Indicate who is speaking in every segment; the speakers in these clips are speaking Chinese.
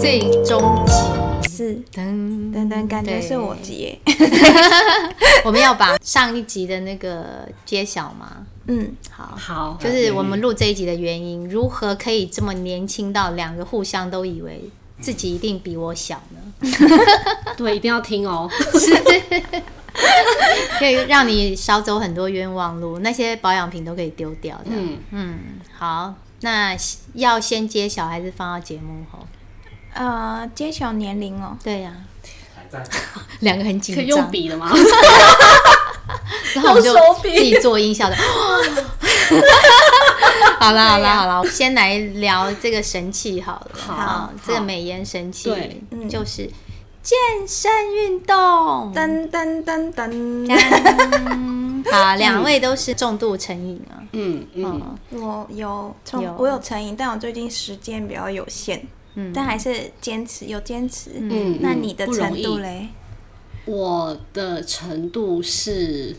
Speaker 1: 最终集。
Speaker 2: 是，
Speaker 1: 噔
Speaker 2: 等等，感觉
Speaker 1: 对
Speaker 2: 是我接。
Speaker 1: 我们要把上一集的那个揭晓吗？
Speaker 2: 嗯，
Speaker 1: 好，
Speaker 3: 好，嗯
Speaker 1: 就是我们录这一集的原因，如何可以这么年轻到两个互相都以为自己一定比我小呢？
Speaker 3: 对，一定要听 哦。
Speaker 1: 可以让你少走很多冤枉路，那些保养品都可以丢掉的。嗯
Speaker 3: 嗯
Speaker 1: 好，那要先揭晓还是放到节目后？
Speaker 2: 呃，揭晓年龄哦，
Speaker 1: 对呀、
Speaker 4: 还在
Speaker 1: 两个很紧
Speaker 3: 可以用
Speaker 1: 张，
Speaker 3: 笔的吗？
Speaker 1: 然后我们就
Speaker 2: 用手
Speaker 1: 自
Speaker 2: 比
Speaker 1: 己做音效 的。好啦好啦好啦，先来聊这个神器好了。啊
Speaker 3: 好
Speaker 1: 这个
Speaker 3: 好
Speaker 1: 美颜神器
Speaker 3: 对
Speaker 2: 嗯
Speaker 1: 就是健身运动。
Speaker 2: 噔噔噔噔，
Speaker 1: 噔好，啊两位都是重度成瘾啊。
Speaker 3: 嗯嗯，
Speaker 1: 嗯
Speaker 2: 我有
Speaker 1: 有
Speaker 2: 从我有成瘾，但我最近时间比较有限，
Speaker 1: 嗯
Speaker 2: 但还是坚持有坚持。
Speaker 3: 嗯
Speaker 2: 那你的
Speaker 3: 不容
Speaker 2: 程度
Speaker 3: 易
Speaker 2: 嘞？
Speaker 3: 我的程度是，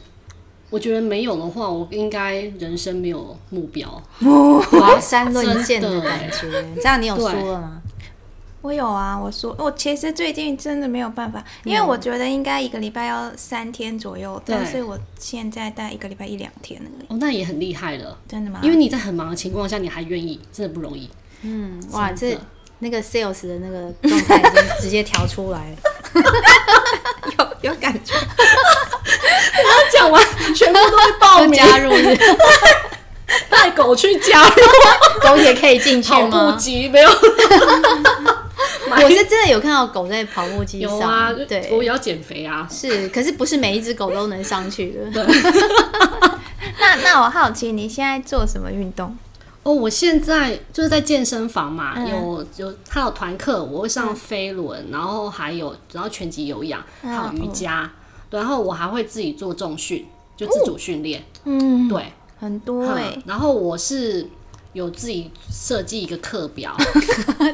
Speaker 3: 我觉得没有的话，我应该人生没有目标。
Speaker 1: 华山论剑的
Speaker 3: 真的
Speaker 1: 感觉。这样你有
Speaker 3: 对
Speaker 1: 输了吗？
Speaker 2: 我有啊，我说我其实最近真的没有办法，因为我觉得应该一个礼拜要三天左右，
Speaker 3: 对
Speaker 2: 但是我现在大概一个礼拜一两天而已。
Speaker 3: 哦，那也很厉害了，
Speaker 2: 真
Speaker 1: 啊
Speaker 2: 的吗？
Speaker 3: 因为你在很忙的情况下，你还愿意，真的不容易。
Speaker 1: 嗯，哇，
Speaker 3: 真
Speaker 1: 这
Speaker 3: 的
Speaker 1: 那个 sales 的那个状态已经直接调出来 了。
Speaker 2: 有有感觉，
Speaker 3: 讲完，全部都会报
Speaker 1: 要加入是不是
Speaker 3: 带 狗去加入，
Speaker 1: 狗也可以进去
Speaker 3: 跑
Speaker 1: 吗
Speaker 3: 步？机没有？
Speaker 1: 我是真的有看到狗在跑步机
Speaker 3: 有
Speaker 1: 上，
Speaker 3: 啊，我
Speaker 1: 对，
Speaker 3: 也要减肥啊。
Speaker 1: 是，可是不是每一只狗都能上去的。
Speaker 2: 那那我好奇你现在做什么运动？
Speaker 3: 哦，我现在就是在健身房嘛，
Speaker 2: 嗯
Speaker 3: 有有他有团课，我会上飞轮，然后还有然后拳击、有氧，
Speaker 2: 嗯
Speaker 3: 还有瑜伽，然后我还会自己做重训，就自主训练。
Speaker 2: 哦嗯，
Speaker 3: 对，
Speaker 2: 很多哎、
Speaker 3: 嗯然后我是有自己设计一个课 表，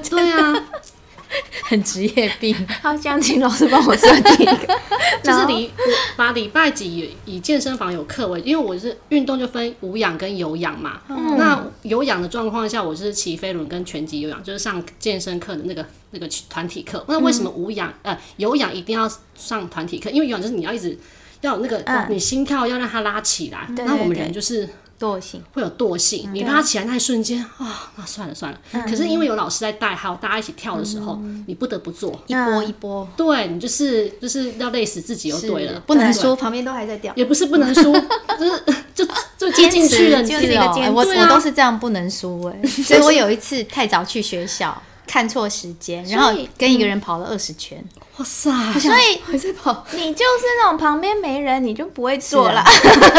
Speaker 3: 对啊，
Speaker 1: 很职业病，
Speaker 2: 好想请老师帮我设计一 个，
Speaker 3: 就是礼我把礼拜几以健身房有课为，因为我是运动就分无氧跟有氧嘛。
Speaker 2: 嗯
Speaker 3: 那有氧的状况下，我是骑飞轮跟拳击有氧，就是上健身课的那个那个团体课。那为什么无氧、呃有氧一定要上团体课？因为有氧就是你要一直要有那个、
Speaker 2: 嗯
Speaker 3: 你心跳要让它拉起来，
Speaker 2: 对
Speaker 3: 那我们
Speaker 2: 对嗯
Speaker 3: 人就是
Speaker 1: 惰性。
Speaker 3: 会有惰性，你拉起来那一瞬间啊、那算了算了。可是因为有老师在带，还有大家一起跳的时候，
Speaker 2: 嗯
Speaker 3: 你不得不做。
Speaker 1: 一波一波，
Speaker 3: 对你就是就是要累死自己就是对了，
Speaker 1: 不能
Speaker 3: 对
Speaker 1: 输，旁边都还在掉。
Speaker 3: 也不是不能输，就是就就接进去了，你
Speaker 2: 坚
Speaker 3: 自
Speaker 2: 持
Speaker 3: 己
Speaker 2: 一个
Speaker 1: 哦
Speaker 2: 坚
Speaker 1: 哎
Speaker 2: 持
Speaker 1: 我
Speaker 3: 对
Speaker 1: 我
Speaker 3: 啊
Speaker 1: 都是这样不能输 哎、所以我有一次太早去学校，看错时间，然后
Speaker 2: 所以
Speaker 1: 跟一个人跑了二十圈，
Speaker 3: 哇塞，
Speaker 1: 所 以我在跑，
Speaker 2: 你就是那种旁边没人你就不会做了，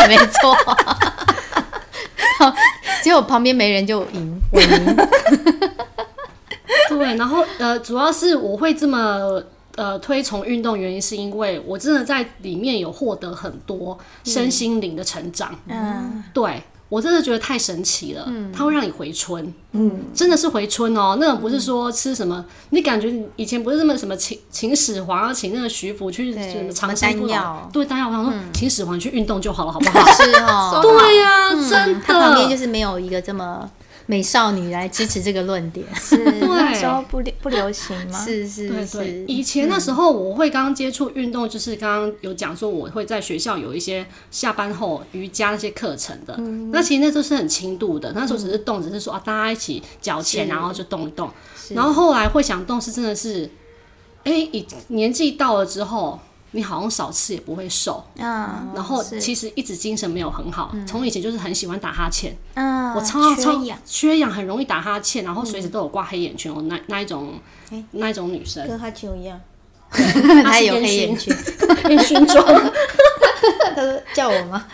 Speaker 1: 没 错。结果旁边没人就赢，我赢。
Speaker 3: 对，然后呃，主要是我会这么呃推崇运动，原因是因为我真的在里面有获得很多身心灵的成长，
Speaker 2: 嗯，
Speaker 3: 对。我真的觉得太神奇了，它会让你回春，嗯，真的是回春哦。那种不是说吃什么，你感觉你以前不是这么什么秦秦始皇要请那个徐福去
Speaker 1: 对
Speaker 3: 什
Speaker 1: 什么
Speaker 3: 么长生不
Speaker 1: 丹
Speaker 3: 老
Speaker 1: 药，
Speaker 3: 对丹药，我想说秦始皇去运动就好了，好不嗯好？
Speaker 1: 是 哦，
Speaker 3: 对呀、真的。
Speaker 1: 他旁边就是没有一个这么美少女来支持这个论点。
Speaker 2: 是那时候不流不流行吗？
Speaker 1: 是是
Speaker 3: 对
Speaker 1: 是，
Speaker 3: 对，以前那时
Speaker 2: 嗯
Speaker 3: 候我会刚接触运动，就是刚刚有讲说我会在学校有一些下班后瑜伽那些课程的，
Speaker 2: 嗯
Speaker 3: 那其实那都是很轻度的，那时候只是动，只是说啊大家一起脚
Speaker 1: 是
Speaker 3: 前，然后就动一动，然后后来会想动是真的是，哎、已年纪到了之后，你好像少吃也不会瘦，
Speaker 2: 嗯，
Speaker 3: 然后
Speaker 2: 是
Speaker 3: 其实一直精神没有很好，从以前就是很喜欢打哈欠，
Speaker 2: 嗯，
Speaker 3: 我超
Speaker 2: 缺
Speaker 3: 超
Speaker 2: 氧，嗯
Speaker 3: 缺氧，很容易打哈欠，然后随时都有挂黑眼圈，我那那一种那一种女生，
Speaker 1: 哈球一样，
Speaker 3: 她
Speaker 1: 他
Speaker 3: 是
Speaker 1: 有
Speaker 3: 烟
Speaker 1: 黑眼
Speaker 3: 熏
Speaker 1: 圈，
Speaker 3: 烟熏妆。
Speaker 1: 他说叫我吗？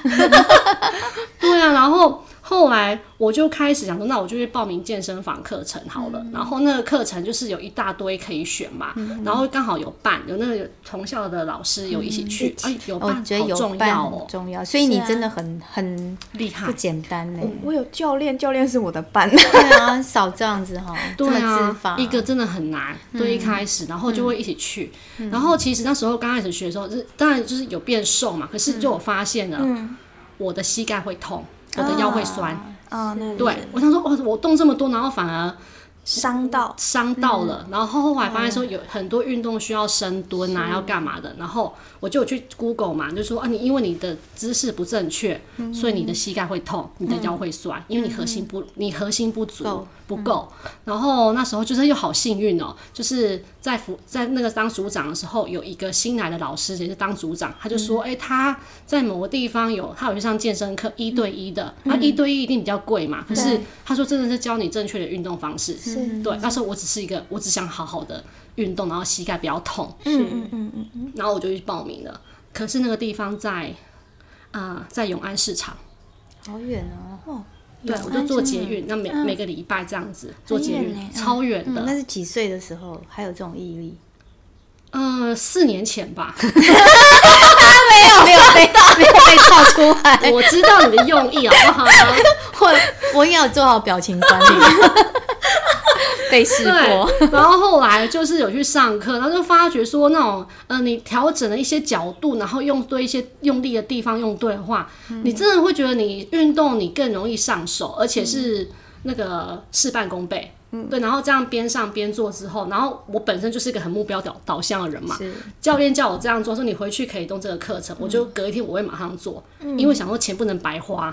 Speaker 3: 对啊，然后后来我就开始想说，那我就去报名健身房课程好
Speaker 1: 嗯
Speaker 3: 了。然后那个课程就是有一大堆可以选嘛，然后刚好有伴，有那个同校的老师有一起去，哎，有
Speaker 1: 我
Speaker 3: 伴
Speaker 1: 嗯觉得
Speaker 3: 好
Speaker 1: 有
Speaker 3: 重
Speaker 1: 伴
Speaker 3: 要
Speaker 1: 很
Speaker 3: 哦，
Speaker 1: 重要，所以你
Speaker 2: 是啊
Speaker 1: 真的很很
Speaker 3: 厉害
Speaker 1: 不。简单呢。
Speaker 2: 我有教练，教练是我的伴，
Speaker 1: 对啊，少这样子哈，这
Speaker 3: 对
Speaker 1: 么自
Speaker 3: 啊
Speaker 1: 发，，嗯
Speaker 3: 一个真的很难，对，一开始，然后就会一起去，然后其实那时候刚开始学的时候，就是当然就是有变瘦
Speaker 1: 嗯
Speaker 3: 嘛，可是就我发现了，
Speaker 2: 嗯
Speaker 3: 我的膝
Speaker 1: 啊
Speaker 3: 盖会痛，我的腰会酸，
Speaker 2: 嗯，那
Speaker 3: 对我想说，哦，我动这么多，然后反而
Speaker 2: 伤到，
Speaker 3: 伤到了，然后后来发现说有很多运动需要深蹲啊，要干嘛的，然后我就有去 Google 嘛，就说啊，你因为你的姿势不正确，所以你的膝盖会痛，你的腰会酸，因为你核心不，你核心不足
Speaker 1: 够
Speaker 3: 不够。然后那时候就是又好幸运哦，就是在服在那个当组长的时候，有一个新来的老师也是当组长，他就说，哎，他在某个地方有，他有去上健身课一对一的，那一对一一定比较贵嘛，可是
Speaker 2: 嗯对
Speaker 3: 他说真的是教你正确的运动方式。对，那时候我只是一个，我只想好好的运动，然后膝盖不要痛，
Speaker 2: 嗯嗯嗯嗯，
Speaker 3: 然后我就去报名了。可是那个地方在啊、在永安市场，
Speaker 1: 好远哦，
Speaker 3: 对
Speaker 2: 有
Speaker 3: 我就坐捷
Speaker 2: 安心嗯
Speaker 3: 运，那每、每个礼拜这样子坐捷
Speaker 2: 很远呢
Speaker 3: 运，超远
Speaker 1: 嗯
Speaker 3: 的，
Speaker 1: 那是几岁的时候还有这种毅力？
Speaker 3: 呃，四年前吧。
Speaker 1: 没有，没有被到，没有被套出来。
Speaker 3: 我知道你的用意好不好？
Speaker 1: 我我应该有做好表情管理，被识 破。
Speaker 3: 对，然后后来就是有去上课，然后就发觉说那种，呃，你调整了一些角度，然后用对一些用力的地方用对的话，
Speaker 1: 嗯
Speaker 3: 你真的会觉得你运动你更容易上手，而且是那个事半功倍。
Speaker 1: 嗯
Speaker 3: 对，然后这样边上边做之后，然后我本身就是一个很目标导导向的人嘛，
Speaker 1: 是，嗯
Speaker 3: 教练叫我这样做，说你回去可以动这个课程，我就隔一天我会马上做，因为想说钱不能白花。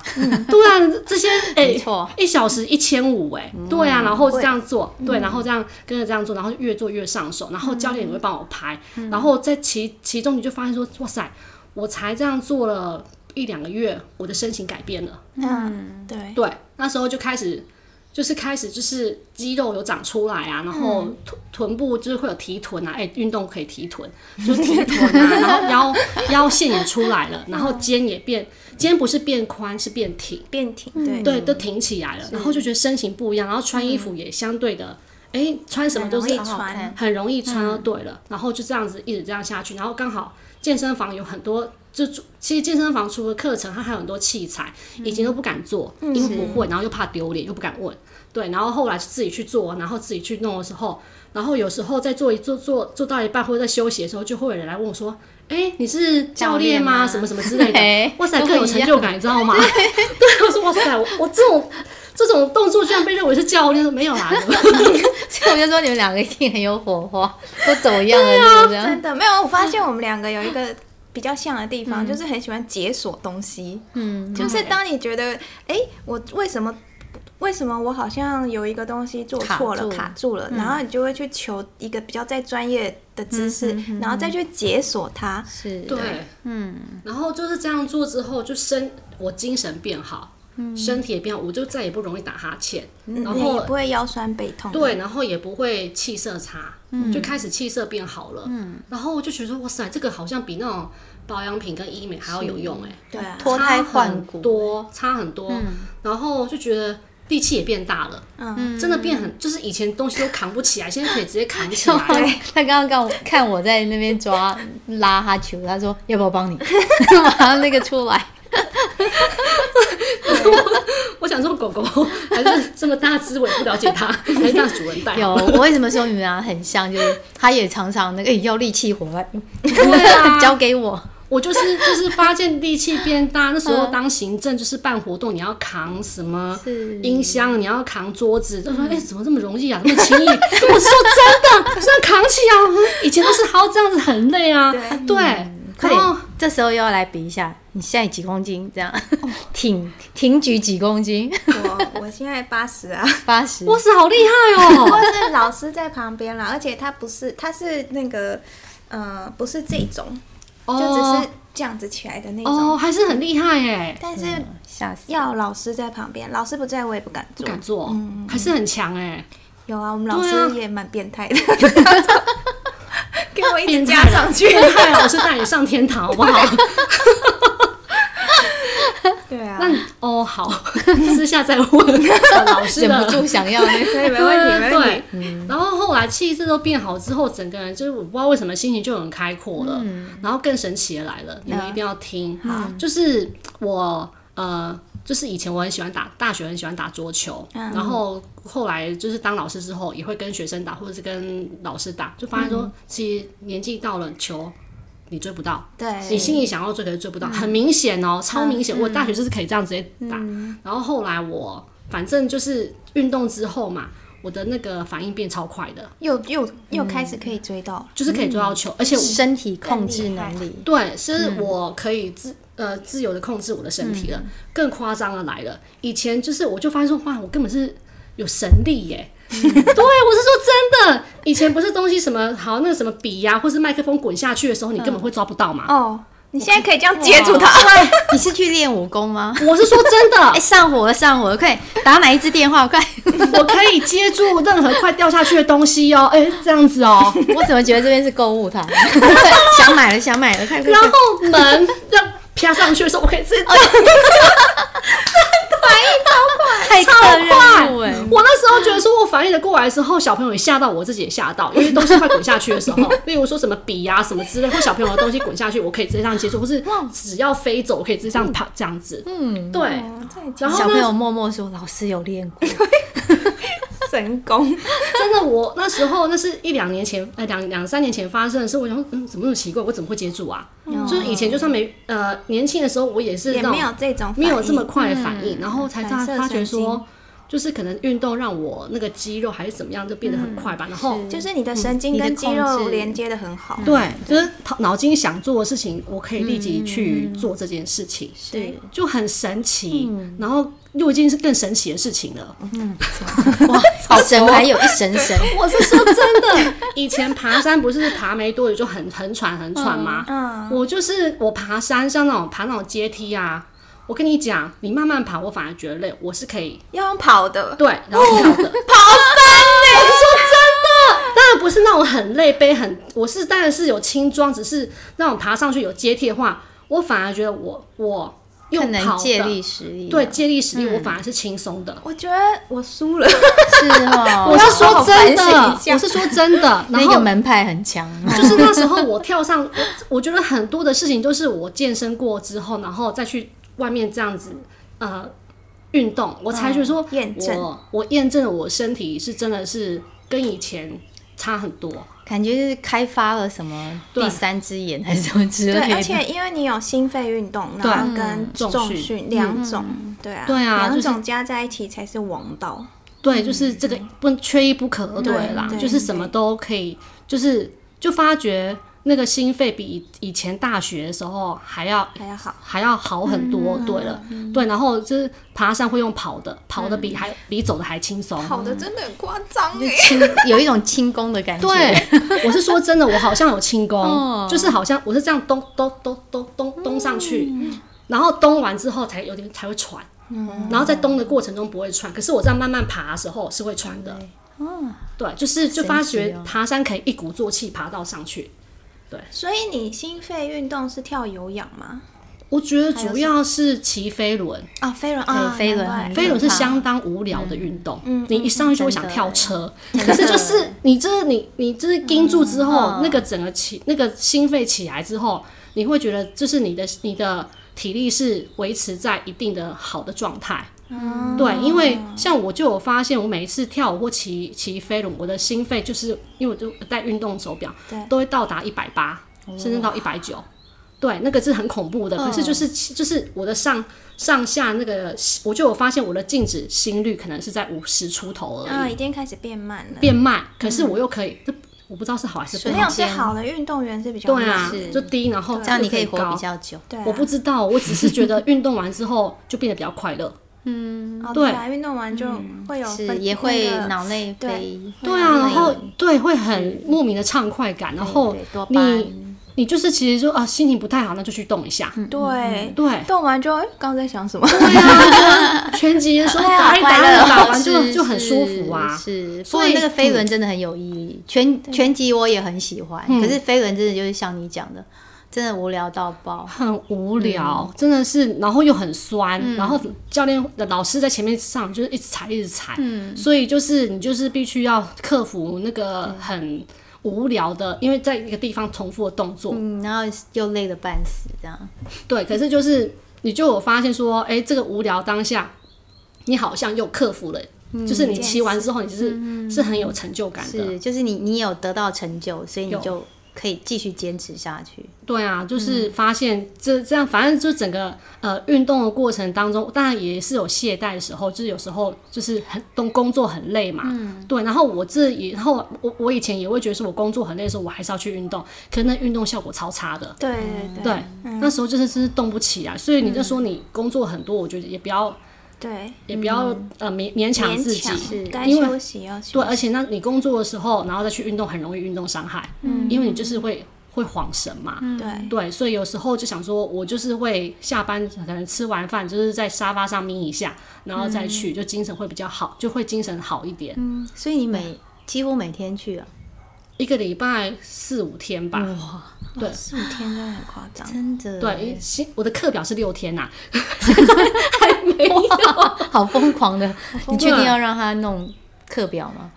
Speaker 3: 对啊，这些哎
Speaker 1: 嗯没，错，
Speaker 3: 一小时一千五哎，对啊，然后
Speaker 2: 贵
Speaker 3: 这样做，对，然后这样跟着这样做，然后越做越上手，然后教练也会帮我拍，然后在其其中你就发现说，哇塞，我才这样做了一两个月，我的身形改变了，
Speaker 2: 嗯，对，
Speaker 3: 对，那时候就开始。就是开始就是肌肉有长出来啊，然后臀臀部就是会有提臀啊，哎、运动可以提臀，就是提臀啊，然后腰腰线也出来了，然后肩也变，肩不是变宽是变挺，
Speaker 2: 变挺，嗯对，
Speaker 3: 对，都挺起来了，然后就觉得身形不一样，然后穿衣服也相对的，哎、穿什么都
Speaker 2: 容易
Speaker 3: 是
Speaker 1: 好好看
Speaker 2: 传，
Speaker 3: 很容易穿
Speaker 1: 嗯
Speaker 3: 就对了，然后就这样子一直这样下去，然后刚好健身房有很多。就其实健身房除了课程，它还有很多器材，
Speaker 1: 嗯
Speaker 3: 以前都不敢做，因为不会，然后又怕丢脸，又不敢问。对，然后后来自己去做，然后自己去弄的时候，然后有时候在做一做做做到一半或者在休息的时候，就会有人来问我说：“哎，你是
Speaker 1: 教
Speaker 3: 教练
Speaker 1: 练
Speaker 3: 吗？
Speaker 1: 吗
Speaker 3: 什么什么 之类的。”
Speaker 1: 哎
Speaker 3: 哇塞，
Speaker 1: 都
Speaker 3: 更有
Speaker 1: 一
Speaker 3: 成
Speaker 1: 样
Speaker 3: 就感，你知 道吗？对，我说哇塞，我我这种这种动作居然被认为是教练，没有啦，
Speaker 1: 所以我就说你们两个一定很有火花，都走一样啊的路这样。
Speaker 2: 啊真的没有。我发现我们两个有一个比较像的地方，就是很喜欢解锁东西。
Speaker 1: 嗯，
Speaker 2: 就是当你觉得，哎、我为什么？为什么我好像有一个东西做错了、
Speaker 1: 卡住
Speaker 2: 卡住
Speaker 3: 嗯
Speaker 2: 了，然后你就会去求一个比较在专业的知识，
Speaker 3: 嗯
Speaker 2: 然后再去解锁它。
Speaker 1: 是，
Speaker 3: 对，
Speaker 1: 嗯，
Speaker 3: 然后就是这样做之后，就身我精神变好，身体也变好，我就再也不容易打哈欠，然
Speaker 2: 你也
Speaker 3: 后
Speaker 2: 不会腰酸背痛。
Speaker 3: 对，然后也不会气色差，就开始气色变好了，然后我就觉得哇塞，这个好像比那种保养品跟医美还要有用哎、
Speaker 2: 对啊，
Speaker 1: 脱胎换
Speaker 3: 差很
Speaker 1: 骨，
Speaker 3: 多差很多，然后就觉得力气也变大了， 嗯，真的变很，就是以前东西都扛不起来，现在可以直接扛起来。
Speaker 1: 对，他刚刚看我看我在那边抓拉他球，他说要不要 帮你，马上那个出来，
Speaker 3: 我想说，狗狗还是这么大只，我也不了解它，还是让主人带。
Speaker 1: 有， 我为什么说你们俩很像？就是他也常常那个、哎要力气活来，
Speaker 3: 对 啊，
Speaker 1: 交给我。
Speaker 3: 我就是 就是发现力气变大，那时候当行政就是办活动，你要扛什么
Speaker 1: 是
Speaker 3: 音箱，你要扛桌子，就说哎、怎么这么容易啊，这么轻 易？我说真的，这样扛起来，嗯以前都是还要这样子，很累啊。
Speaker 2: 对
Speaker 3: 对，
Speaker 1: 快
Speaker 3: 然后
Speaker 1: 点，这时候又要来比一下，你现在几公斤？ 这样，挺挺举几公斤？
Speaker 2: 我我现在八十 啊，
Speaker 1: 八十。
Speaker 3: 哇塞，好厉害
Speaker 2: 不过
Speaker 3: 哦！
Speaker 2: 是老师在旁边啦，而且他不是，他是那个，呃，不是这种， 就只是这样子起来的那种，
Speaker 3: 哦哦，还是很厉害哎，
Speaker 2: 但是
Speaker 1: 嗯吓死！
Speaker 2: 要老师在旁边，老师不在我也不敢
Speaker 3: 不
Speaker 2: 做。
Speaker 3: 敢做，还是很强哎。
Speaker 2: 有啊，我们
Speaker 3: 对
Speaker 2: 老
Speaker 3: 啊
Speaker 2: 师也蛮变态的， 给我一直加上去。
Speaker 3: 变态老师哦带你上天堂好不好？
Speaker 2: 对啊
Speaker 3: 那你哦好， 私下再问老师
Speaker 1: 忍
Speaker 3: 的
Speaker 1: 不住想要 那
Speaker 2: 可以没 问题，
Speaker 3: 对
Speaker 2: 没问题。
Speaker 3: 对，嗯然后后来气质都变好之后，整个人就是我不知道为什么心情就很开阔了。然后更神奇的来了，你们一定要听，就是我呃，就是以前我很喜欢打，大学很喜欢打桌球，然后后来就是当老师之后，也会跟学生打，或者是跟老师打，就发现说，其实年纪到了，球你追不到。你
Speaker 2: 对，
Speaker 3: 心里想要追可是追不到，很明显哦，超明显。我大学就是可以这样直接打，然后后来我反正就是运动之后嘛，我的那个反应变超快的，
Speaker 2: 又又又开始可以追到了，
Speaker 3: 就是可以追到球，而且我
Speaker 1: 身体控制能力，
Speaker 3: 对，是我可以自、呃自由的控制我的身体了。更夸张的来了，以前就是我就发现说，哇，我根本是有神力耶。 对，我是说真的，以前不是东西什么好那个什么笔呀、或是麦克风滚下去的时候，你根本会抓不到嘛。
Speaker 2: 哦，你现在可以这样接住它，
Speaker 1: 哦你是去练武功吗？
Speaker 3: 我是说真的
Speaker 1: 哎、，上火了，上火了，快打哪一支电话？快！
Speaker 3: 我可以接住任何快掉下去的东西哦。哎、这样子哦，
Speaker 1: 我怎么觉得这边是购物台？ 想买了，想买了，快快
Speaker 3: 然
Speaker 1: 快！
Speaker 3: 后门哦这样啪上去的时候，我可以直接
Speaker 1: 太克
Speaker 3: 超快！
Speaker 1: 人入哎，
Speaker 3: 我那时候觉得说我反应的过来的时候，小朋友也吓到，我自己也吓到，因为东西快滚下去的时候，例如说什么笔呀、什么之类，或小朋友的东西滚下去，我可以直接这样接住，或是只要飞走，我可以直接这样啪这样子。嗯，对。
Speaker 1: 小
Speaker 3: 然后
Speaker 1: 朋
Speaker 3: 呢，
Speaker 1: 友默默说：“老师有练 过。
Speaker 2: 神功，
Speaker 3: 真的我那时候那是一两年前，呃两两三年前发生的事，我想说嗯怎么那么奇怪，我怎么会接住啊？就是以前就算没呃年轻的时候，我也是
Speaker 2: 也
Speaker 3: 那种
Speaker 2: 没有这种反
Speaker 3: 没
Speaker 2: 应嗯
Speaker 3: 有这么快的反应，然后才发
Speaker 2: 反射
Speaker 3: 发觉
Speaker 2: 神经
Speaker 3: 说，就是可能运动让我那个肌肉还是怎么样，就变得很快吧。然后
Speaker 2: 就是你的神经
Speaker 1: 你的
Speaker 2: 跟肌
Speaker 1: 控
Speaker 2: 肉
Speaker 1: 制
Speaker 2: 连接的很好，
Speaker 3: 对，就是头脑筋想做的事情，我可以立即去做这件事情，
Speaker 2: 对，
Speaker 3: 就很神奇。
Speaker 2: 嗯
Speaker 3: 然后又已经是更神奇的事情 了。”
Speaker 1: 哇，一神还有一神神，
Speaker 3: 我是说真的，以前爬山不是爬没多久就很很喘很喘吗？
Speaker 2: 嗯
Speaker 3: 我就是我爬山，像那种爬那种阶梯啊，我跟你讲，你慢慢爬，我反而觉得累，我是可以
Speaker 2: 要用跑 的，
Speaker 3: 对，然
Speaker 2: 哦
Speaker 3: 后跳的。当然不是那种很累背很，我是当然是有轻装，只是那种爬上去有阶梯的话，我反而觉得我我
Speaker 1: 可
Speaker 3: 用跑
Speaker 1: 能
Speaker 3: 的
Speaker 1: 借力使力。
Speaker 3: 对，借力使力，我反而是轻松的。
Speaker 2: 我觉得我输了，
Speaker 1: 是哦，
Speaker 3: 我是说
Speaker 2: 我要好好
Speaker 3: 真的
Speaker 2: 反省一，下
Speaker 3: 我是说真 的。然
Speaker 1: 那 个
Speaker 3: 后
Speaker 1: 门派很强。
Speaker 3: 就是那时候我跳上，我我觉得很多的事情都是我健身过之后，然后再去外面这样子呃运动，我才觉得说
Speaker 2: 嗯验证
Speaker 3: 我我验证了我身体是真的是跟以前差很多。
Speaker 1: 感觉就是开发了什么第三只眼还是什么之类
Speaker 2: 对，
Speaker 1: 的，
Speaker 2: 而且因为你有心肺运动，
Speaker 3: 对
Speaker 2: 然后跟
Speaker 3: 重
Speaker 2: 重
Speaker 3: 训
Speaker 2: 训两种，对啊，
Speaker 3: 对啊就
Speaker 2: 两
Speaker 3: 是
Speaker 2: 种加在一起才是王道，
Speaker 3: 对，就是这个不缺一不可，对啦，
Speaker 2: 嗯对
Speaker 3: 就是什么都可以，就是就发觉那个心肺比以以前大学的时候还要
Speaker 2: 还要好。
Speaker 3: 还要好很多，
Speaker 2: 嗯
Speaker 3: 对了，对，然后就是爬山会用跑的，跑的比还、比走的还轻松。
Speaker 2: 嗯跑的真的很夸张哎，
Speaker 1: 轻有一种轻功的感觉。
Speaker 3: 对，我是说真的，我好像有轻功，
Speaker 1: 哦
Speaker 3: 就是好像我是这样咚咚咚咚咚咚上去，然后咚完之后才有点才会喘，
Speaker 1: 嗯
Speaker 3: 然后在咚的过程中不会喘，可是我这样慢慢爬的时候是会喘的。对，就是就发
Speaker 1: 神奇
Speaker 3: 觉
Speaker 1: 哦
Speaker 3: 爬山可以一鼓作气爬到上去。
Speaker 2: 所以你心肺运动是跳有氧吗？
Speaker 3: 我觉得主要是骑飞轮，
Speaker 2: 啊，飞轮
Speaker 1: 对
Speaker 2: 啊，
Speaker 1: 飞轮
Speaker 2: 难怪
Speaker 1: 很
Speaker 3: 飞轮是相当无聊的运动，你一上去就会想跳车，
Speaker 1: 嗯真
Speaker 3: 可
Speaker 1: 的嗯
Speaker 3: 是就是你就是你你就是盯住之后，那个整个起那个心肺起来之后，你会觉得就是你的你的体力是维持在一定的好的状态。
Speaker 1: 嗯
Speaker 3: 对，因为像我就有发现，我每一次跳舞或骑骑飞轮，我的心肺就是因为我就戴运动手表
Speaker 2: 对，
Speaker 3: 都会
Speaker 1: 哦
Speaker 3: 到达一百八，甚至到一百九。对，那个是很恐怖的。
Speaker 1: 嗯
Speaker 3: 可是就是就是我的上上下那个，我就有发现我的静止心率可能是在五十出头而
Speaker 2: 啊，
Speaker 1: 哎
Speaker 3: 已，
Speaker 2: 已经开始变慢了。
Speaker 3: 变慢。
Speaker 1: 嗯
Speaker 3: 可是我又可以，这我不知道是好还是不
Speaker 1: 瞬
Speaker 2: 没
Speaker 3: 好。
Speaker 2: 有最好的运动员是比较
Speaker 3: 对啊
Speaker 2: 慢的，
Speaker 1: 是啊
Speaker 3: 就低，然后
Speaker 1: 这样你
Speaker 3: 又
Speaker 1: 可
Speaker 3: 可
Speaker 1: 以活
Speaker 3: 高
Speaker 1: 比。较久。
Speaker 2: 对啊，
Speaker 3: 我不知道，我只是觉得运动完之后就变得比较 快乐。
Speaker 2: 哦对啊，运动完就会有
Speaker 1: 是
Speaker 2: 分
Speaker 1: 也会
Speaker 2: 那个嗯
Speaker 1: 脑内
Speaker 2: 对
Speaker 1: 啡，
Speaker 3: 对啊，
Speaker 2: 会有
Speaker 3: 然
Speaker 2: 那
Speaker 3: 后
Speaker 2: 个
Speaker 3: 对会很莫名的畅快感，然后
Speaker 1: 对多巴胺
Speaker 3: 你你就是其实就啊心情不太好，那就去动一下。
Speaker 1: 嗯
Speaker 2: 对
Speaker 3: 对
Speaker 2: 动完就哎，刚刚在想什么？
Speaker 3: 对啊，拳 击的时候
Speaker 2: 对啊
Speaker 3: 打一哎打
Speaker 2: 快乐
Speaker 3: 二打完就是就很舒服啊。
Speaker 1: 是，
Speaker 3: 所
Speaker 1: 所
Speaker 3: 以
Speaker 1: 以那个飞轮真的很有意义。拳拳击我也很喜欢，可是飞轮真的就是像你讲的，真的无聊到爆。
Speaker 3: 很无聊，真的是，然后又很酸，然后教练的老师在前面上就是一直踩一直踩，所以就是你就是必须要克服那个很无聊的，因为在一个地方重复的动作，
Speaker 1: 嗯，然后又累得半死，这样
Speaker 3: 对，可是就是你就有发现说，哎、这个无聊当下，你好像又克服了，就是你骑完之后，你就是、是很有成就感的。
Speaker 1: 是，就是你你有得到成就，所以你
Speaker 3: 有
Speaker 1: 就可以继续坚持下去。
Speaker 3: 对啊，
Speaker 2: 嗯
Speaker 3: 就是发现这这样，反正就整个呃运动的过程当中，当然也是有懈怠的时候，就是有时候就是很工工作很累嘛，
Speaker 2: 嗯
Speaker 3: 对。然后我这以后我我以前也会觉得说我工作很累的时候，我还是要去运动，可是那运动效果超差的，
Speaker 2: 对对
Speaker 3: 对，
Speaker 2: 嗯
Speaker 3: 那时候就是真是动不起来。所以你就说你工作很多，我觉得也不要
Speaker 2: 对，
Speaker 3: 也不要、呃勉勉强
Speaker 2: 嗯
Speaker 3: 自
Speaker 2: 勉
Speaker 3: 己
Speaker 2: 强，
Speaker 1: 是
Speaker 2: 该
Speaker 3: 因为
Speaker 2: 休息要休
Speaker 3: 对，
Speaker 2: 息。
Speaker 3: 而且那你工作的时候，然后再去运动，很容易运动伤害，嗯，因为你就是会会晃神嘛，
Speaker 2: 对
Speaker 3: 对，所以有时候就想说，我就是会下班可能吃完饭，就是在沙发上眯一下，然后再去，就精神会比较好，就会精神好一点。
Speaker 1: 嗯，所以你每几乎每天去啊，
Speaker 3: 一个礼拜四五天吧，
Speaker 1: 哇，
Speaker 3: 对
Speaker 2: 四五天真的很夸张，
Speaker 1: 真的
Speaker 3: 嗯对，因为新我的课表是六天呐、
Speaker 1: 哦好疯狂的，你确定要让他弄课表吗？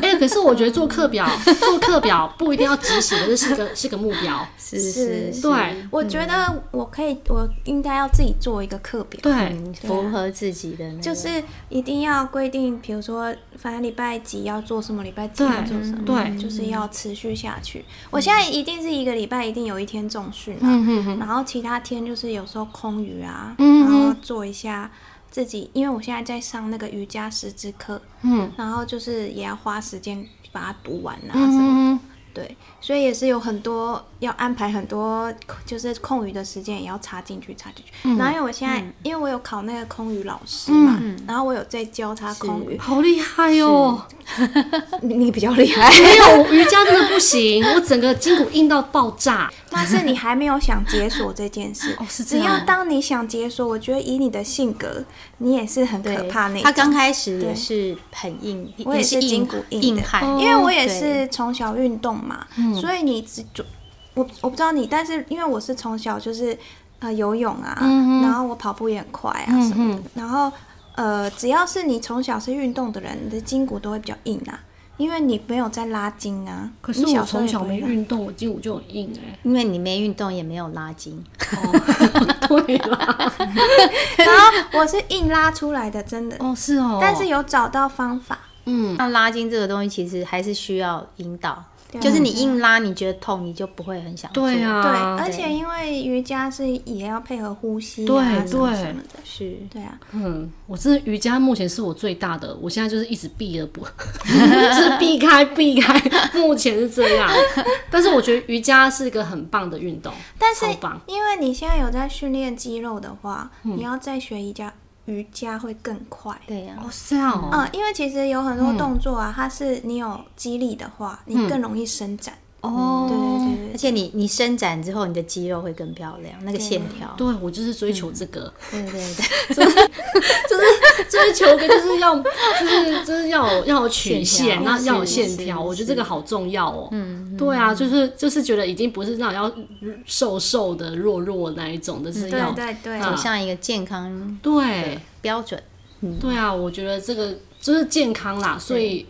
Speaker 3: 哎、可是我觉得做课 表，做课表不一定要执行，可是是个是个目标。
Speaker 1: 是
Speaker 2: 是
Speaker 1: 是，
Speaker 3: 对
Speaker 2: 我觉得我可以，我应该要自己做一个课表。
Speaker 3: 对
Speaker 1: 嗯，符合自己的那个，
Speaker 2: 啊就是一定要规定，比如说，反正礼拜几要做什么，礼拜几
Speaker 3: 对
Speaker 2: 要做什么，
Speaker 3: 对嗯
Speaker 2: 就是要持续下去。我现在一定是一个礼拜一定有一天重训啊，然后其他天就是有时候空余啊，然后做一下自己，因为我现在在上那个瑜伽师资课，
Speaker 3: 嗯
Speaker 2: 然后就是也要花时间把它读完啊什么的
Speaker 3: 嗯，
Speaker 2: 对，所以也是有很多要安排很多，就是空余的时间也要插进去，插进去。
Speaker 3: 嗯
Speaker 2: 然后因为我现在，因为我有考那个空余老师嘛，然后我有在教他空余，
Speaker 3: 好厉害哦！
Speaker 2: 你你比较厉 害。
Speaker 3: 没有哎我瑜伽真的不行，我整个筋骨硬到爆炸。
Speaker 2: 但是你还没有想解锁这件事，
Speaker 3: 哦是这
Speaker 2: 只
Speaker 3: 样
Speaker 2: 要当你想解锁，我觉得以你的性格，你也是很可
Speaker 1: 对
Speaker 2: 怕那
Speaker 1: 他
Speaker 2: 种
Speaker 1: 刚开始也
Speaker 2: 对
Speaker 1: 是很硬，
Speaker 2: 我也
Speaker 1: 是
Speaker 2: 是
Speaker 1: 硬
Speaker 2: 筋骨硬的
Speaker 1: 硬汉，
Speaker 3: 哦嗯
Speaker 2: 因为我也
Speaker 1: 对
Speaker 2: 是从小运动嘛，所以你只就我我不知道你，但是因为我是从小就是呃游泳啊，
Speaker 3: 嗯
Speaker 2: 然后我跑步也很快啊什么的，然后呃只要是你从小是运动的人，你的筋骨都会比较硬啊，因为你没有在拉筋啊。
Speaker 3: 可是
Speaker 2: 你
Speaker 3: 我
Speaker 2: 时候
Speaker 3: 从
Speaker 2: 也
Speaker 3: 小
Speaker 2: 不会
Speaker 3: 没
Speaker 2: 拉
Speaker 3: 运动，我筋骨就很硬哎、
Speaker 1: 因为你没运动也没有拉 筋，
Speaker 3: 哦，对啦，
Speaker 2: 然后我是硬拉出来的，真的，
Speaker 3: 哦是哦，
Speaker 2: 但是有找到方法，
Speaker 3: 嗯，
Speaker 1: 那拉筋这个东西其实还是需要引导，就是你硬拉你觉得痛，你就不会很想做。
Speaker 3: 对
Speaker 2: 啊对，
Speaker 3: 啊，
Speaker 2: 而且因为瑜伽是也要配合呼吸
Speaker 3: 对
Speaker 2: 啊什么
Speaker 3: 对
Speaker 2: 什么的，
Speaker 1: 是
Speaker 2: 对啊，
Speaker 3: 嗯，我真的瑜伽目前是我最大的，我现在就是一直避而不， 就是避开避开，目前是 这样。但是我觉得瑜伽是一个很棒的运动，
Speaker 2: 但是
Speaker 3: 超棒，
Speaker 2: 因为你现在有在训练肌肉的话，你要再学瑜伽，瑜伽会更快。
Speaker 1: 对啊呀、
Speaker 3: 哦是这样哦，
Speaker 2: 嗯，因为其实有很多动作啊，它是你有肌力的话，你更容易伸展。
Speaker 3: 哦
Speaker 2: 对对对
Speaker 1: 而
Speaker 2: 对
Speaker 1: 且你你伸展之后，你的肌肉会更漂亮，那个线条。
Speaker 3: 对我就是追求这个，
Speaker 1: 对对对，
Speaker 3: 就是追求一个就是要就是就是要有要有曲线，
Speaker 1: 线条
Speaker 3: 那要有
Speaker 1: 是
Speaker 3: 线
Speaker 1: 是
Speaker 3: 条，我觉得
Speaker 1: 是
Speaker 3: 这个好重要哦。嗯，对啊，就是就是觉得已经不是那种要瘦瘦的、弱弱那一种的，是要
Speaker 1: 嗯
Speaker 2: 对对对
Speaker 1: 走向一个健康
Speaker 3: 对
Speaker 1: 标准。
Speaker 3: 对啊，我觉得这个就是健康啦，所以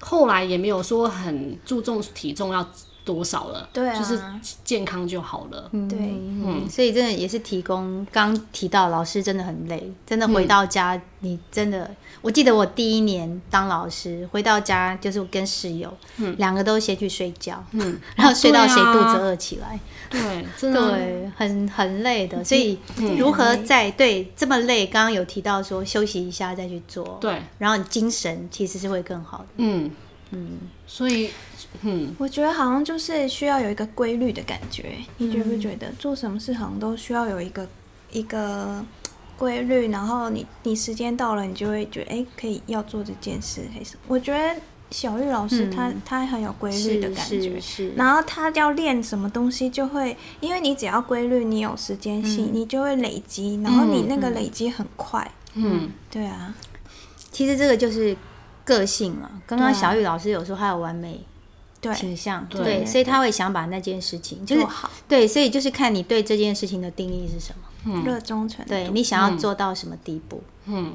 Speaker 3: 后来也没有说很注重体重要多少了，
Speaker 2: 对啊
Speaker 3: 就是健康就好了。
Speaker 2: 对
Speaker 1: 嗯，所以真的也是提供。刚提到老师真的很累，真的回到
Speaker 2: 嗯
Speaker 1: 家，你真的，我记得我第一年当老师，回到家就是跟室友，
Speaker 2: 嗯
Speaker 1: 两个都先去睡觉，嗯， 然后睡到谁
Speaker 3: 对啊
Speaker 1: 肚子饿起来，
Speaker 3: 对，真
Speaker 2: 啊
Speaker 3: 的
Speaker 1: 对，很很累
Speaker 2: 嗯
Speaker 1: 的。所以如何在对这么累，刚刚有提到说休息一下再去做，，
Speaker 3: 对，
Speaker 1: 然后你精神其实是会更好的。
Speaker 3: 嗯嗯，所以嗯，
Speaker 2: 我觉得好像就是需要有一个规律的感觉，你觉不觉得？做什么事好像都需要有一个一个规律，然后你你时间到了，你就会觉得哎、诶可以要做这件事还是什么？我觉得小玉老师他、他很有规律的感觉
Speaker 1: 是，是，
Speaker 2: 然后他要练什么东西，就会因为你只要规律，你有时间性，你就会累积，然后你那个累积很快。
Speaker 3: 嗯，
Speaker 2: 对啊，
Speaker 1: 其实这个就是个性了。刚刚
Speaker 2: 对啊
Speaker 1: 小雨老师有说他有完美
Speaker 2: 对，
Speaker 1: 倾向，
Speaker 3: 对
Speaker 1: 对，所以他会想把那件事情就是
Speaker 2: 做好，
Speaker 1: 对，所以就是看你对这件事情的定义是什么，
Speaker 2: 热衷程度。
Speaker 1: 对你想要做到什么地步。
Speaker 3: 嗯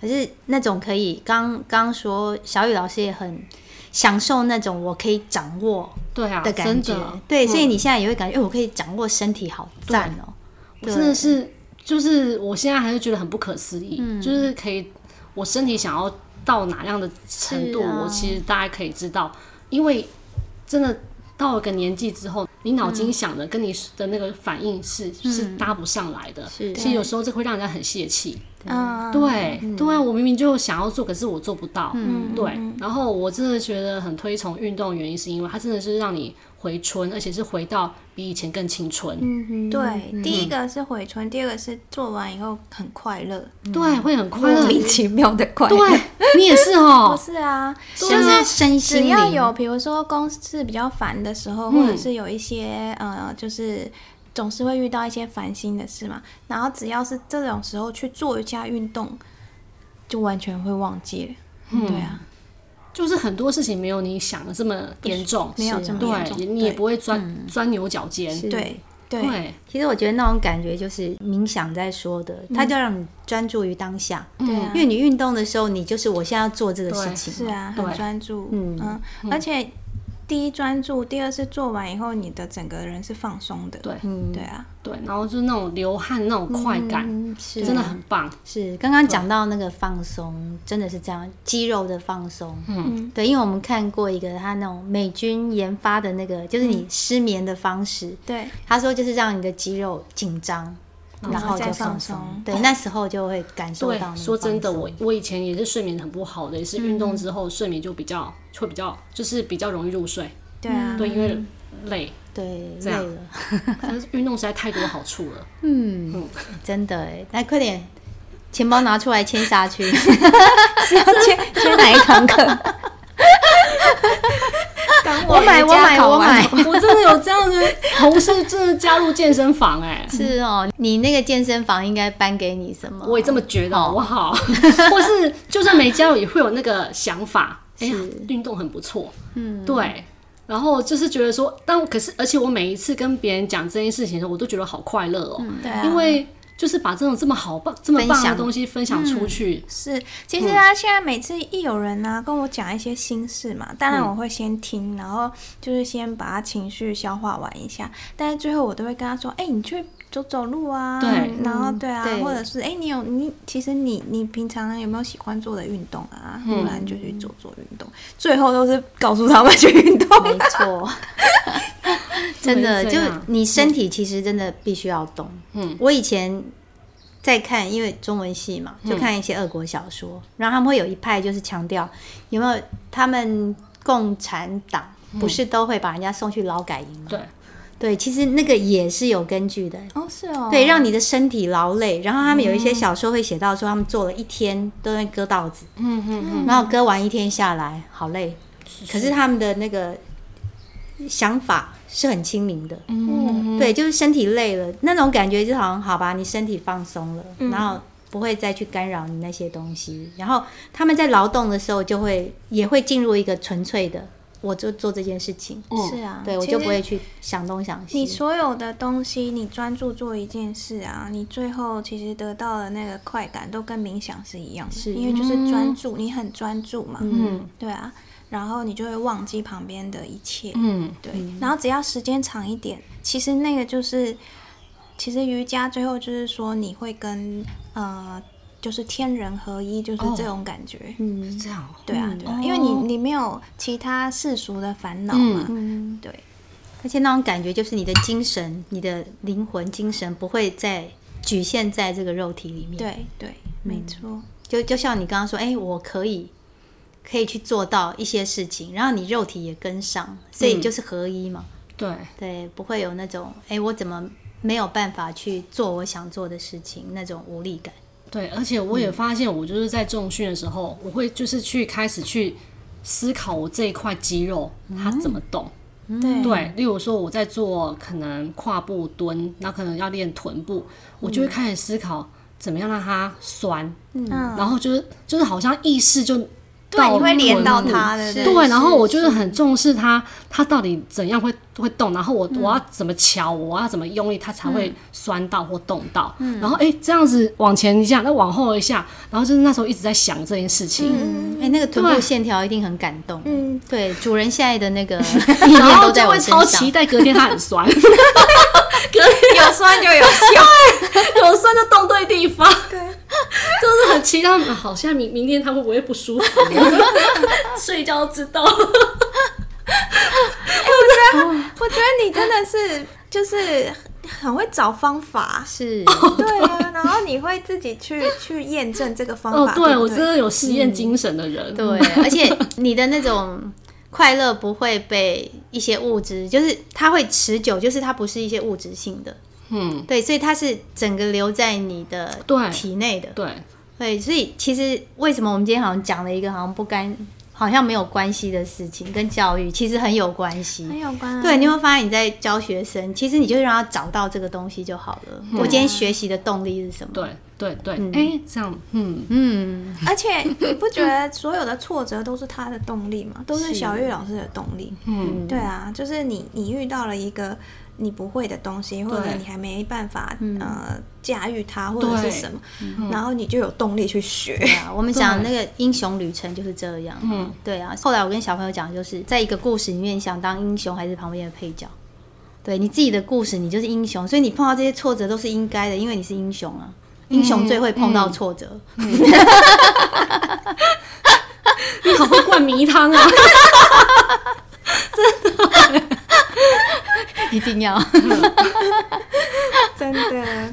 Speaker 1: 可是那种可以，刚刚说小雨老师也很享受那种我可以掌握
Speaker 3: 对啊，
Speaker 1: 的感
Speaker 3: 真
Speaker 1: 觉，
Speaker 3: 的，
Speaker 1: 对，所以你现在也会感觉，哎、我可以掌握身体，好赞哦、
Speaker 3: 我真的是就是我现在还是觉得很不可思议，
Speaker 1: 嗯
Speaker 3: 就是可以我身体想要到哪样的程度，
Speaker 1: 是啊
Speaker 3: 我其实大概可以知道，因为真的到了个年纪之后，你脑
Speaker 1: 嗯
Speaker 3: 筋想的跟你的那个反应是、是搭不上来的，
Speaker 1: 是
Speaker 3: 其实有时候这会让人家很泄气。
Speaker 2: 嗯，嗯
Speaker 3: 对、对，啊我明明就想要做，可是我做不到。
Speaker 1: 嗯
Speaker 3: 对，嗯然后我真的觉得很推崇运动，的原因是因为它真的是让你回春，而且是回到比以前更青春。
Speaker 2: 对，第一个是回春，第二个是做完以后很快乐，
Speaker 1: 嗯
Speaker 3: 对，会很快
Speaker 2: 莫
Speaker 3: 乐。
Speaker 2: 名其妙的 快乐。
Speaker 3: 对你也是
Speaker 2: 不
Speaker 3: 哦，
Speaker 2: 是啊，
Speaker 1: 就是身心
Speaker 2: 只
Speaker 1: 灵嗯
Speaker 2: 要有，比如说公司比较烦的时候，或者是有一些呃，就是总是会遇到一些烦心的事嘛。然后只要是这种时候去做一下运动，就完全会忘记了。
Speaker 1: 嗯
Speaker 2: 对啊，
Speaker 3: 就是很多事情没有你想的这么严重，啊
Speaker 2: 没有这么严重
Speaker 3: 对，你也不
Speaker 2: 会
Speaker 3: 会钻钻牛角尖。
Speaker 1: 是
Speaker 2: 对对
Speaker 3: 对，
Speaker 1: 其实我觉得那种感觉就是冥想在说的，它就让你专注于当下，
Speaker 2: 对啊
Speaker 1: 因，为你运动的时候，你就是我现在要做这个事情，
Speaker 2: 是啊，
Speaker 3: 对
Speaker 2: 很专注，
Speaker 1: 嗯
Speaker 2: 嗯，而且第一专注，第二是做完以后你的整个人是放松的。
Speaker 3: 对
Speaker 1: 嗯
Speaker 2: 对啊，
Speaker 3: 对，然后就是那种流汗那种快感，
Speaker 1: 嗯是
Speaker 3: 真的很棒。
Speaker 1: 是，刚刚讲到那个放松，真的是这样，肌肉的放松。
Speaker 3: 嗯
Speaker 1: 嗯，对，因为我们看过一个他那种美军研发的那个，就是你失眠的方式，
Speaker 2: 对，
Speaker 1: 他说就是让你的肌肉紧张，
Speaker 3: 嗯
Speaker 1: 然后
Speaker 2: 再
Speaker 1: 就
Speaker 2: 放
Speaker 1: 放
Speaker 2: 松
Speaker 3: 哦
Speaker 1: 松。对，那时候就会感受到
Speaker 3: 对
Speaker 1: 那，个
Speaker 3: 说真的，
Speaker 1: 放松
Speaker 3: 我我以前也是睡眠很不好的，也是运动之后睡眠就比较会比较就是比较容易入睡，
Speaker 2: 对
Speaker 1: 嗯
Speaker 2: 啊，
Speaker 3: 对，因为累，
Speaker 1: 对
Speaker 3: 这
Speaker 1: 累
Speaker 3: 样
Speaker 1: 了，
Speaker 3: 但是运动实在太多好处了。
Speaker 1: 嗯，真的哎，那快点。钱包拿出来签下 去，
Speaker 2: 是要签签哪一堂 课？等
Speaker 1: 我买
Speaker 2: 回
Speaker 1: 我
Speaker 2: 家
Speaker 1: 买
Speaker 2: 考
Speaker 1: 我
Speaker 2: 完
Speaker 1: 买，
Speaker 3: 我真的有这样的同事，真的加入健身房哎、
Speaker 1: 是哦，你那个健身房应该颁给你什么？
Speaker 3: 我也这么觉得，好不好？或是就算没加入，也会有那个想法，哎呀，运动很不错，嗯，对。然后就是觉得说，但可是，而且我每一次跟别人讲这件事情的时候，我都觉得好快乐哦，
Speaker 2: 对啊
Speaker 3: 因为就是把这种这么好棒、这么
Speaker 1: 分
Speaker 3: 棒的
Speaker 1: 享
Speaker 3: 东西分享出去，
Speaker 2: 是，其
Speaker 1: 嗯
Speaker 2: 实啊，现在每次一有人呢、跟我讲一些心事嘛，当
Speaker 1: 嗯
Speaker 2: 然我会先听，然后就是先把他情绪消化完一下，但是最后我都会跟他说，哎、你去走走路啊，
Speaker 3: 对
Speaker 2: 然后对啊，
Speaker 1: 嗯对
Speaker 2: 或者是哎、你有你其实你你平常有没有喜欢做的运动啊？不然就
Speaker 1: 嗯
Speaker 2: 去做做运动，最后都是告诉他们去运 动。
Speaker 1: 没 错，真的
Speaker 3: 就
Speaker 1: 就
Speaker 3: 会这样
Speaker 1: 你身体其实真的必须要动。嗯，我以前在看，因为中文系嘛，
Speaker 3: 嗯
Speaker 1: 就看一些俄国小说，然后他们会有一派就是强调有没有他们共产党
Speaker 3: 嗯
Speaker 1: 不是都会把人家送去劳改营吗？
Speaker 3: 对，
Speaker 1: 对，其实那个也是有根据的。
Speaker 2: 哦，是哦，
Speaker 1: 对，让你的身体劳累。然后他们有一
Speaker 3: 嗯
Speaker 1: 些小说会写到说，他们做了一天都在割稻子，
Speaker 3: 嗯嗯嗯，
Speaker 1: 然后割完一天下来，好累。可是他们的那个想法是很清明的，
Speaker 3: 嗯
Speaker 1: 对，就是身体累了那种感觉，就好像好吧，你身体放松了，然后不会再去干扰你那些东西。然后他们在劳动的时候，就会也会进入一个纯粹的，我就做这件事情，
Speaker 3: 嗯
Speaker 2: 是啊，
Speaker 1: 嗯对我
Speaker 2: 其
Speaker 1: 就不
Speaker 2: 实
Speaker 1: 会去想东想西。
Speaker 2: 你所有的东西，你专注做一件事啊，你最后其实得到的那个快感都跟冥想是一样的，因为就是专注，你很专注嘛，
Speaker 3: 嗯
Speaker 2: 对啊，然后你就会忘记旁边的一切，
Speaker 3: 嗯，
Speaker 2: 对，然后只要时间长一点，其实那个就是，其实瑜伽最后就是说你会跟呃，就是天人合一，就是
Speaker 3: 哦
Speaker 2: 这种感觉，
Speaker 1: 嗯，
Speaker 3: 这样哦
Speaker 2: 对啊，
Speaker 1: 嗯
Speaker 2: 对啊，
Speaker 3: 哦
Speaker 2: 因为你你没有其他世俗的烦恼嘛，
Speaker 1: 嗯
Speaker 2: 对，
Speaker 1: 而且那种感觉就是你的精神、你的灵魂、精神不会再局限在这个肉体里面。，
Speaker 2: 对对，
Speaker 3: 嗯
Speaker 2: 没错。
Speaker 1: 就就像你刚刚说，哎、我可以可以去做到一些事情，然后你肉体也跟上，所
Speaker 3: 嗯
Speaker 1: 以就是合一嘛。
Speaker 3: 对，
Speaker 1: 对，不会有那种哎、诶我怎么没有办法去做我想做的事情那种无力感。
Speaker 3: 对，而且我也发现，我就是在重训的时候，我会就是去开始去思考我这一块肌肉它怎么动。
Speaker 2: 对
Speaker 3: 对，例如说我在做可能跨步蹲，那可能要练臀部，我就会开始思考怎么样让它酸，
Speaker 2: 嗯，
Speaker 3: 然后就是就是好像意识就
Speaker 2: 对，
Speaker 3: 到
Speaker 2: 你会连
Speaker 3: 臀
Speaker 2: 到
Speaker 3: 部
Speaker 2: 他的，
Speaker 1: 是
Speaker 3: 对，然后我就是很重视它，它到底怎样会会动，然后我
Speaker 1: 嗯
Speaker 3: 我要怎么敲，我要怎么用力，它才会酸到或动到。
Speaker 1: 嗯
Speaker 3: 然后哎，这样子往前一下，再往后一下，然后就是那时候一直在想这件事情，
Speaker 1: 哎、那个臀
Speaker 3: 嗯对啊
Speaker 1: 部线条一定很感动。
Speaker 2: 嗯，
Speaker 1: 对，主人现在的 那个意念
Speaker 3: 然后
Speaker 1: 都在
Speaker 3: 就
Speaker 1: 我
Speaker 3: 会
Speaker 1: 身
Speaker 3: 超期
Speaker 1: 上。
Speaker 3: 待隔天它 很酸，
Speaker 2: 有酸就有笑，
Speaker 3: 有酸就动对地方，
Speaker 2: 对，
Speaker 3: 就是很期待。啊好，现在明明天它会不会不 舒服？睡觉知道。
Speaker 2: 我觉得你真的是就是很会找方法，
Speaker 1: 是，
Speaker 3: 哦
Speaker 2: 对啊， 然后你会自己去去验证这个方
Speaker 3: 哦
Speaker 2: 法，，
Speaker 3: 对
Speaker 2: 不
Speaker 3: 我真的有实验精神的人，
Speaker 1: 嗯对，而且你的那种快乐不会被一些物质，就是它会持久，就是它不是一些物质性的，
Speaker 3: 嗯，
Speaker 1: 对，所以它是整个留在你的
Speaker 3: 对
Speaker 1: 体内的，
Speaker 3: 对，
Speaker 1: 对，所以其实为什么我们今天好像讲了一个好像不干，好像没有关系的事情，跟教育其实很有关系，
Speaker 3: 哎
Speaker 2: 很有关啊。
Speaker 1: 对，你会发现你在教学生，其实你就是让他找到这个东西就好了。我今天学习的动力是什么？
Speaker 3: 嗯对，对，对，
Speaker 1: 嗯
Speaker 3: 哎，这样，嗯，
Speaker 1: 嗯，
Speaker 2: 而且你不觉得所有的挫折都是他的动力吗？都是
Speaker 1: 是
Speaker 2: 小玉老师的动力。
Speaker 3: 嗯，
Speaker 2: 对啊，就是你你遇到了一个你不会的东西，或者
Speaker 3: 对
Speaker 2: 你还没办法、
Speaker 1: 嗯
Speaker 2: 呃驾驭它或者
Speaker 3: 对
Speaker 2: 是什么，然后你就有动力去学。
Speaker 1: 对啊，我们讲那个英雄旅程就是这样。
Speaker 3: 嗯，
Speaker 1: 对啊。后来我跟小朋友讲，就是在一个故事里面，想当英雄还是旁边的配角？对你自己的故事，你就是英雄，所以你碰到这些挫折都是应该的，因为你是英雄啊。
Speaker 2: 嗯
Speaker 1: 英雄最会碰到挫折，
Speaker 3: 你好会灌迷汤啊，
Speaker 2: 嗯
Speaker 1: 一定 要。
Speaker 2: 真的，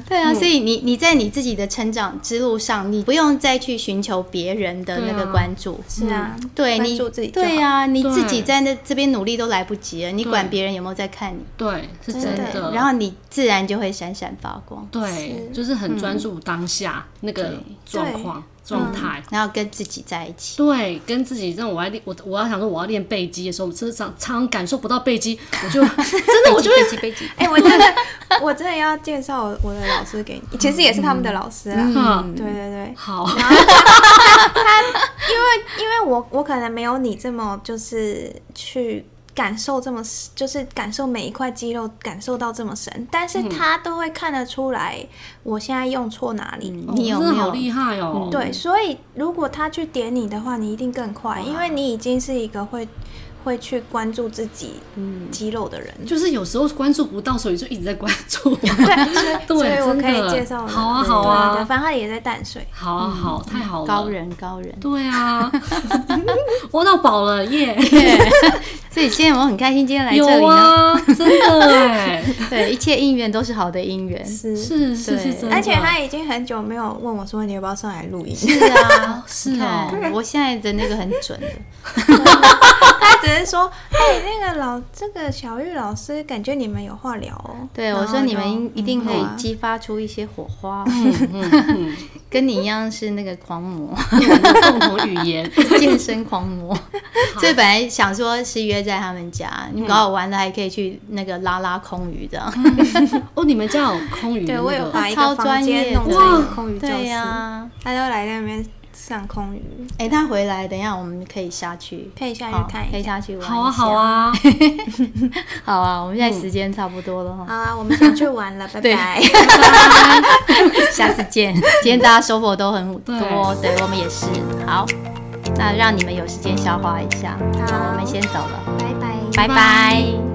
Speaker 1: 对啊，所以你你在你自己的成长之路上，你不用再去寻求别人的那
Speaker 3: 对
Speaker 1: 个
Speaker 3: 啊
Speaker 1: 关注。嗯
Speaker 2: 是啊，
Speaker 1: 对
Speaker 2: 关
Speaker 1: 你
Speaker 2: 注自己就好
Speaker 1: 对呀、你自己
Speaker 3: 对
Speaker 1: 在那这边努力都来不及了，你
Speaker 3: 对
Speaker 1: 管别人有没有在看你？
Speaker 3: 对，是真
Speaker 2: 真的
Speaker 3: 的，
Speaker 1: 然后你自然就会闪闪发光，
Speaker 3: 对，就是很专注
Speaker 2: 嗯
Speaker 3: 当下那个状况状态。
Speaker 1: 然后跟自己在一起。
Speaker 2: 嗯
Speaker 3: 对，跟自己让我要练，我我要想说我要练背肌的时候，我真的常常感受不到背 肌，我就真的我就会
Speaker 2: 哎、我真的，我真的要介绍我我的老师给你，其实也是他们的老师啦。
Speaker 3: 嗯
Speaker 2: 对对对，
Speaker 3: 好，
Speaker 2: 因为因为我我可能没有你这么就是去感受这么就是感受每一块肌肉感受到这么深，但
Speaker 3: 嗯
Speaker 2: 是他都会看得出来我现在用错哪里。
Speaker 3: 哦
Speaker 1: 你有没有
Speaker 3: 真的好厉害哦？
Speaker 2: 对，所以如果他去点你的话，你一定更快，因为你已经是一个会会去关注自己
Speaker 3: 嗯
Speaker 2: 肌肉的人。
Speaker 3: 就是有时候关注不到，所以就一直在关注。
Speaker 2: 对，所以所以
Speaker 3: 对
Speaker 2: 我可
Speaker 3: 真
Speaker 2: 以
Speaker 3: 的
Speaker 2: 介绍我的
Speaker 3: 好啊
Speaker 2: 对
Speaker 3: 好啊
Speaker 2: 对对反嗯正他也在淡水。
Speaker 3: 好啊，好，太好了，
Speaker 1: 高，人高人，
Speaker 3: 对啊， 挖到宝了耶！
Speaker 1: 所以今天我很开心，今天来这里
Speaker 3: 有
Speaker 1: 呢。
Speaker 3: 啊，真 的哎，
Speaker 1: 对，一切姻缘都是好的姻缘。
Speaker 2: 是
Speaker 3: 是是是
Speaker 1: 对
Speaker 3: 真
Speaker 2: 嗯
Speaker 3: 的，
Speaker 2: 而且他已经很久没有问我说你要不要上来录音，
Speaker 1: 是啊，
Speaker 3: 是
Speaker 1: 你看
Speaker 3: 哦
Speaker 1: 我现在的那个很准的，
Speaker 2: 他只是说，哎、那个老这个小玉老师，感觉你们有话聊哦。
Speaker 1: 对
Speaker 2: 然后
Speaker 1: 我说你
Speaker 2: 就
Speaker 1: 们一定可以
Speaker 2: 嗯好啊嗯
Speaker 1: 激发出一些火花，
Speaker 3: 嗯
Speaker 1: 跟你一样是那个狂魔。
Speaker 3: 共同语言，
Speaker 1: 健身狂魔，所以本来想说是约在他们家，
Speaker 2: 嗯
Speaker 1: 你搞好玩了还可以去那个拉拉空余这样。
Speaker 3: 哦，你们家有空余
Speaker 2: 对
Speaker 3: 那
Speaker 2: 我有
Speaker 3: 个
Speaker 2: 把一
Speaker 1: 超
Speaker 2: 个房
Speaker 1: 专业
Speaker 2: 间弄
Speaker 1: 的
Speaker 2: 成一个空余教室，
Speaker 1: 对啊呀、
Speaker 2: 他就来那边上空余，
Speaker 1: 哎、他回来，等一下我们可以下去，
Speaker 2: 可以下
Speaker 1: 好
Speaker 2: 去看
Speaker 1: 可以
Speaker 2: 一下。
Speaker 1: 下去玩。
Speaker 3: 好啊好，啊，
Speaker 1: 好啊，我们现在时间差不多了哈，
Speaker 2: 好啊，我们先去玩了，拜
Speaker 1: 对
Speaker 2: 拜。
Speaker 1: 下次见。今天大家收获都很
Speaker 3: 对
Speaker 1: 多，对我们也是。好，那让你们有时间消化一下，
Speaker 2: 好
Speaker 1: 我们先走了，
Speaker 2: 拜拜。
Speaker 1: 拜拜